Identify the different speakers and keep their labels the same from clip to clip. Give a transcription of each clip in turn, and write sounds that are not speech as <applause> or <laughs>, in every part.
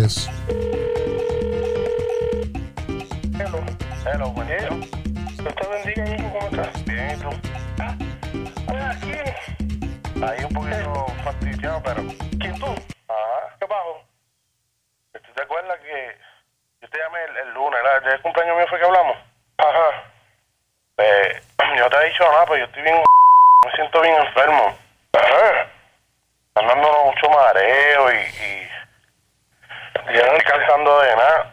Speaker 1: Gracias.
Speaker 2: Hello. Hello, buen día. Dios te bendiga, hijo, ¿cómo estás? Bien, ¿y tú? Ah, pues aquí. Ahí un poquito fastidiado, pero... ¿Quién tú? Ajá. ¿Qué bajo? ¿Tú te acuerdas que yo te llamé el, el lunes, ¿verdad? ¿El cumpleaños mío fue que hablamos? Ajá. Eh, yo te he dicho nada, pero yo estoy bien... Me siento bien enfermo. Ajá. Andando mucho mareo y... y ya no descansando de nada.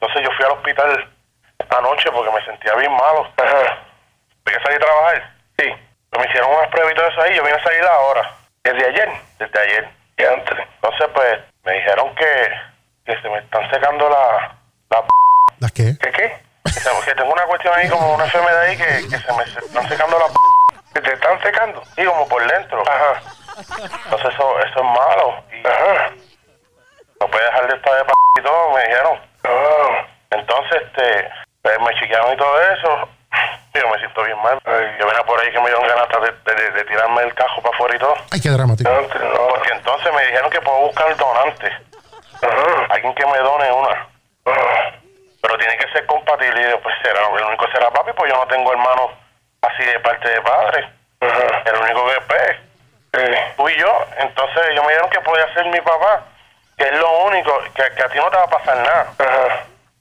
Speaker 2: Entonces yo fui al hospital anoche porque me sentía bien malo. Tenía que salir a trabajar. Sí. Me hicieron unas pruebas de eso ahí. Yo vine a salir ahora. ¿Desde ayer? Desde ayer. Y antes. Entonces, pues, me dijeron que, que se me están secando la... la p-
Speaker 1: ¿Las qué?
Speaker 2: ¿Qué qué? Que se- Que tengo una cuestión ahí, como una enfermedad ahí, que, que se me se- están secando la p- ¿Que te están secando? Sí, como por dentro. Ajá. Entonces, eso, eso es malo. Y, Ajá. No puede dejar de estar de p y todo, me dijeron. Entonces, este, pues, me chequearon y todo eso. Yo me siento bien mal. Yo venía por ahí que me dieron ganas hasta de, de- de tirarme el cajo para afuera y todo.
Speaker 1: Ay, qué dramático.
Speaker 2: Porque entonces me dijeron que puedo buscar donante. Alguien que me done una. Pero tiene que ser compatible. Y yo, pues será, el único será papi, pues yo no tengo hermanos así de parte de padre. El único que es tú y yo. Entonces ellos me dijeron que podía ser mi papá, que es lo único, que, que a ti no te va a pasar nada.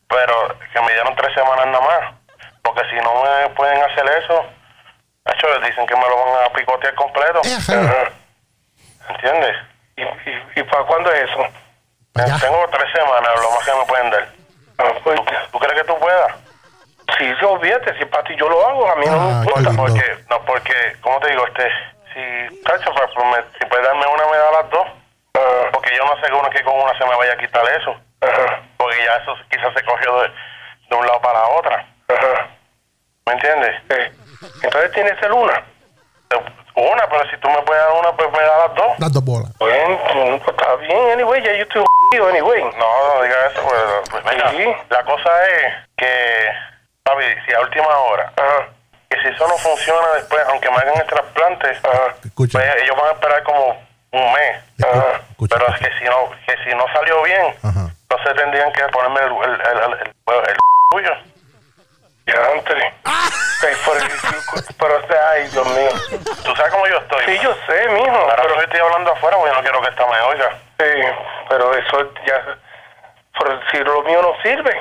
Speaker 2: Pero que me dieron tres semanas nada más. Porque si no me pueden hacer eso, hecho, dicen que me lo van a picotear completo.
Speaker 1: Eh, ajá.
Speaker 2: ¿Entiendes? ¿Y, para cuándo es eso?
Speaker 1: Allá.
Speaker 2: Tengo tres semanas, lo más que me pueden dar.
Speaker 1: Ah, pues.
Speaker 2: ¿Tú, tú crees que tú puedas? Sí, sí, olvídate, si para ti yo lo hago, a mí
Speaker 1: no me Ah, qué importa. lindo.
Speaker 2: Porque, no, porque, ¿cómo te digo? Este, si, cacho, pues, pues, me- si puedes darme una, me da las dos. Porque yo no sé que, uno, que con una se me vaya a quitar eso. Porque ya eso quizás se cogió de, de un lado para la otra. ¿Me entiendes? Entonces tienes el una. Una, pero si tú me puedes dar una, pues me da las dos.
Speaker 1: Las dos bolas.
Speaker 2: Bueno, pues, está bien, anyway, ya yo estoy jodido, anyway. No, no diga eso, pues, pues mira, la cosa es que, papi, si a última hora, que si eso no funciona después, aunque me hagan el trasplante,
Speaker 1: Escucha.
Speaker 2: pues, ellos van a esperar como un mes.
Speaker 1: Escu- escucha.
Speaker 2: Pero es que si no, que si no salió bien,
Speaker 1: Ajá.
Speaker 2: entonces tendrían que ponerme el, el, el, el, el- el tuyo. Ya, Anthony. Pero, ay, Dios mío. ¿Tú sabes cómo yo estoy? Sí, yo sé, mijo. Ahora pero... estoy hablando afuera porque no quiero que esta me oiga. Sí, pero eso ya... Pero si lo mío no sirve.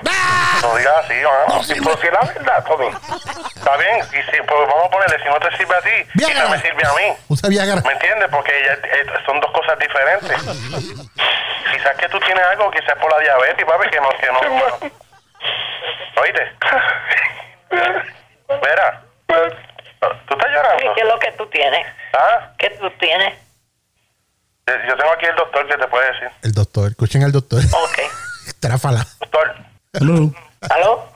Speaker 2: No digas así, ¿no? Pero si es la verdad, Tommy. Está bien, y si, pues vamos a ponerle, si no te sirve a ti,
Speaker 1: Bien.
Speaker 2: quizá me sirve a mí.
Speaker 1: Usa Viagra.
Speaker 2: ¿Me entiendes? Porque ya- eh, son dos cosas diferentes. quizás que tú tienes algo, quizás por la diabetes, papi, que no, que no. que no. ¿Oíste? Espera. ¿Tú estás
Speaker 3: Sí,
Speaker 2: llorando?
Speaker 3: ¿Qué es lo que tú tienes?
Speaker 2: ¿Ah?
Speaker 3: ¿Qué tú tienes?
Speaker 2: Eh, Yo tengo aquí el doctor que te puede decir.
Speaker 1: El doctor. Escuchen al doctor. <laughs>
Speaker 3: Ok.
Speaker 1: Tráfala.
Speaker 2: Doctor,
Speaker 4: Hello.
Speaker 3: ¿Aló?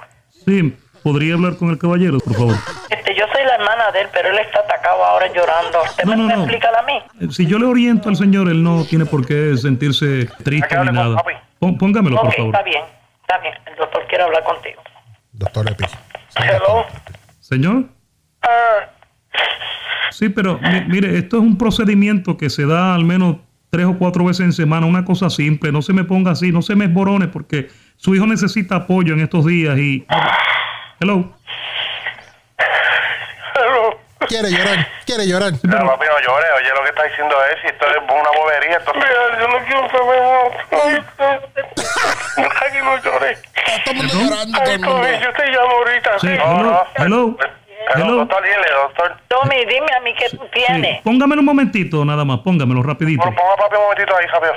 Speaker 4: Sí, ¿podría hablar con el caballero, por favor?
Speaker 3: Este, yo soy la hermana de él, pero él está atacado ahora llorando. ¿Usted
Speaker 4: No,
Speaker 3: me
Speaker 4: no,
Speaker 3: puede
Speaker 4: no.
Speaker 3: explicar a mí?
Speaker 4: Eh, Si yo le oriento al señor, él no tiene por qué sentirse triste
Speaker 2: Acá hable
Speaker 4: ni
Speaker 2: con
Speaker 4: nada.
Speaker 2: papi.
Speaker 4: Pon- Póngamelo, por
Speaker 3: Ok,
Speaker 4: favor.
Speaker 3: está bien. Está bien. El doctor quiere hablar contigo.
Speaker 1: Doctor Epi.
Speaker 2: <laughs> hello.
Speaker 4: Señor.
Speaker 2: Ah,
Speaker 4: Sí, pero mi- mire, esto es un procedimiento que se da al menos tres o cuatro veces en semana, una cosa simple, no se me ponga así, no se me esborone porque su hijo necesita apoyo en estos días y... Hello.
Speaker 2: hello.
Speaker 1: Quiere llorar. Quiere llorar.
Speaker 2: No, papi, no llores. Oye, lo que está diciendo es, si esto es una bobería, esto... Mira, yo no quiero saber nada. <laughs> Ay, que no llores.
Speaker 1: Todo el mundo llorando. Todo el
Speaker 2: Tommy,
Speaker 1: mundo.
Speaker 2: yo te llamo ahorita.
Speaker 4: Sí,
Speaker 2: No,
Speaker 4: hello,
Speaker 2: no.
Speaker 4: hello, hello.
Speaker 2: Doctor, dile, doctor.
Speaker 3: Tommy, dime a mí qué tú
Speaker 4: Sí,
Speaker 3: tienes.
Speaker 4: póngamelo un momentito, nada más, póngamelo rapidito.
Speaker 2: Bueno, ponga a papi un momentito ahí, Javier.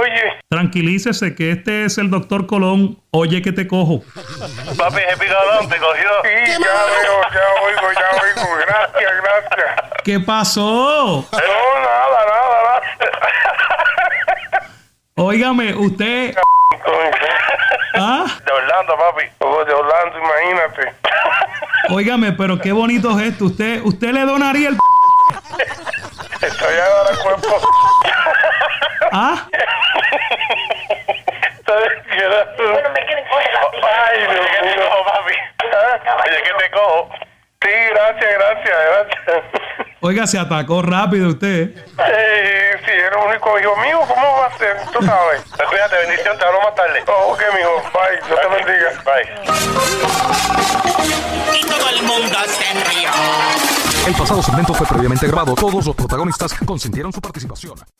Speaker 2: Oye,
Speaker 4: Tranquilícese que este es el doctor Colón, oye que te cojo.
Speaker 2: papi, es pigadón, te cogió. Sí, ya veo, ya oigo, ya oigo. Gracias, gracias.
Speaker 4: ¿Qué pasó?
Speaker 2: No, nada, nada, nada.
Speaker 4: Óigame, usted... Ah,
Speaker 2: De Orlando, papi. de Orlando, imagínate.
Speaker 4: óigame, pero qué bonito es esto. Usted, usted le donaría el...
Speaker 2: Estoy ahora cuerpo.
Speaker 4: Ah,
Speaker 2: Estoy quedando.
Speaker 3: Pero me quieren coger la tía.
Speaker 2: Ay, Dios mío. te cojo, papi? Oye, ¿qué te cojo? Sí, gracias, gracias, gracias.
Speaker 4: oiga, se atacó rápido usted.
Speaker 2: Eh, si era el único hijo mío, ¿cómo va a ser? Tú sabes. cuídate, bendición, te hablo más tarde. Oh, ok, mijo. Bye, Dios te bendiga. Bye.
Speaker 5: Y todo el mundo se rió.
Speaker 6: El pasado segmento fue previamente grabado. Todos los protagonistas consintieron su participación.